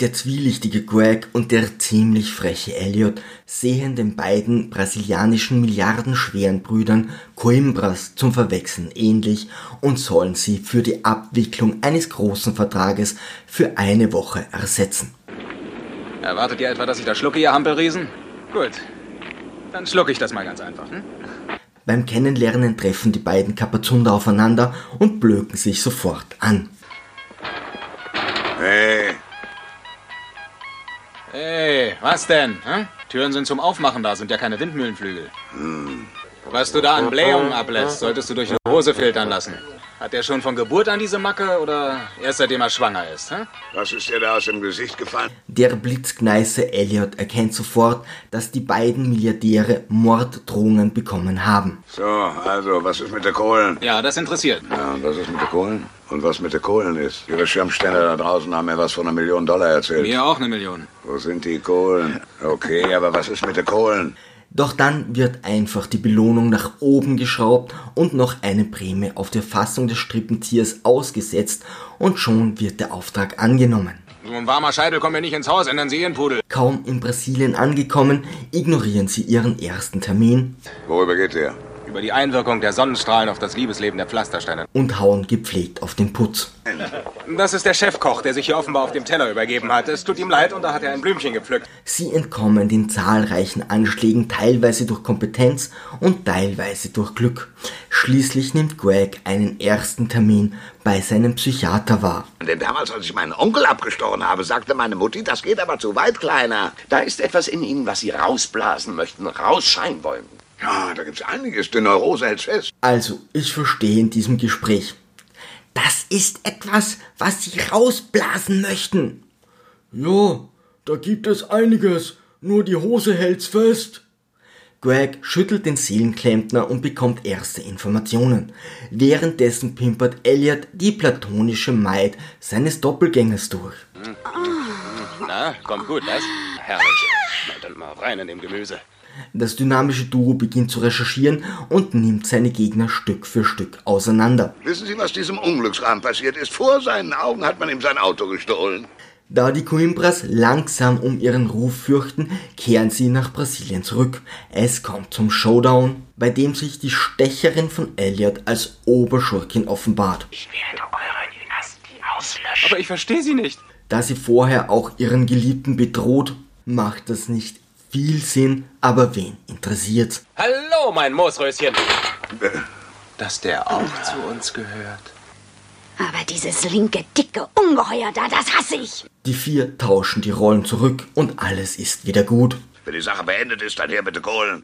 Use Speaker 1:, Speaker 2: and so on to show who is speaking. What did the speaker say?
Speaker 1: Der zwielichtige Greg und der ziemlich freche Elliot sehen den beiden brasilianischen milliardenschweren Brüdern Coimbras zum Verwechseln ähnlich und sollen sie für die Abwicklung eines großen Vertrages für eine Woche ersetzen.
Speaker 2: Erwartet ihr etwa, dass ich das schlucke, ihr Hampelriesen? Gut, dann schlucke ich das mal ganz einfach. Hm?
Speaker 1: Beim Kennenlernen treffen die beiden Kapazunder aufeinander und blöken sich sofort an.
Speaker 3: Hey,
Speaker 2: Hey, was denn? Hm? Türen sind zum Aufmachen da, sind ja keine Windmühlenflügel. Was du da an Blähungen ablässt, solltest du durch eine Hose filtern lassen. Hat er schon von Geburt an diese Macke oder erst seitdem er schwanger ist? Hm?
Speaker 3: was ist dir da aus dem Gesicht gefallen?
Speaker 1: Der blitzgneiße Elliot erkennt sofort, dass die beiden Milliardäre Morddrohungen bekommen haben.
Speaker 3: So, also, was ist mit der Kohlen?
Speaker 2: Ja, das interessiert.
Speaker 3: Ja, und was ist mit der Kohlen? Und was mit der Kohlen ist? Ihre Schirmständer da draußen haben mir was von einer Million Dollar erzählt.
Speaker 2: Mir auch eine Million.
Speaker 3: Wo sind die Kohlen? Okay, aber was ist mit der Kohlen?
Speaker 1: Doch dann wird einfach die Belohnung nach oben geschraubt und noch eine Prämie auf der Fassung des Strippentiers ausgesetzt und schon wird der Auftrag angenommen.
Speaker 2: So ein warmer Scheitel kommt mir nicht ins Haus, ändern Sie Ihren Pudel.
Speaker 1: Kaum in Brasilien angekommen, ignorieren sie ihren ersten Termin
Speaker 3: Worüber geht ihr?
Speaker 2: Über die Einwirkung der Sonnenstrahlen auf das Liebesleben der Pflastersteine.
Speaker 1: und hauen gepflegt auf den Putz.
Speaker 2: Das ist der Chefkoch, der sich hier offenbar auf dem Teller übergeben hat. Es tut ihm leid und da hat er ein Blümchen gepflückt.
Speaker 1: Sie entkommen den zahlreichen Anschlägen teilweise durch Kompetenz und teilweise durch Glück. Schließlich nimmt Greg einen ersten Termin bei seinem Psychiater wahr.
Speaker 4: Denn damals, als ich meinen Onkel abgestochen habe, sagte meine Mutti, das geht aber zu weit, Kleiner. Da ist etwas in Ihnen, was Sie rausblasen möchten, rausschreien wollen.
Speaker 3: Ja, da gibt's einiges. Die Neurose hält fest.
Speaker 1: Also, ich verstehe in diesem Gespräch. Das ist etwas, was Sie rausblasen möchten. Ja, da gibt es einiges, nur die Hose hält's fest. Greg schüttelt den Seelenklempner und bekommt erste Informationen. Währenddessen pimpert Elliot die platonische Maid seines Doppelgängers durch.
Speaker 2: Na, kommt gut, was? Herrlich. Na, dann mal rein in dem Gemüse.
Speaker 1: Das dynamische Duo beginnt zu recherchieren und nimmt seine Gegner Stück für Stück auseinander.
Speaker 3: Wissen Sie, was diesem Unglücksrahmen passiert ist? Vor seinen Augen hat man ihm sein Auto gestohlen.
Speaker 1: Da die Coimbras langsam um ihren Ruf fürchten, kehren sie nach Brasilien zurück. Es kommt zum Showdown, bei dem sich die Stecherin von Elliot als Oberschurkin offenbart,
Speaker 2: Aber ich verstehe sie nicht.
Speaker 1: da sie vorher auch ihren Geliebten bedroht. Macht das nicht viel Sinn, aber wen interessiert's?
Speaker 2: Hallo, mein Moosröschen. Äh, Dass der auch zu uns gehört.
Speaker 5: Aber dieses linke, dicke Ungeheuer da, das hasse ich.
Speaker 1: Die vier tauschen die Rollen zurück und alles ist wieder gut.
Speaker 3: Wenn die Sache beendet ist, dann her bitte Kohlen.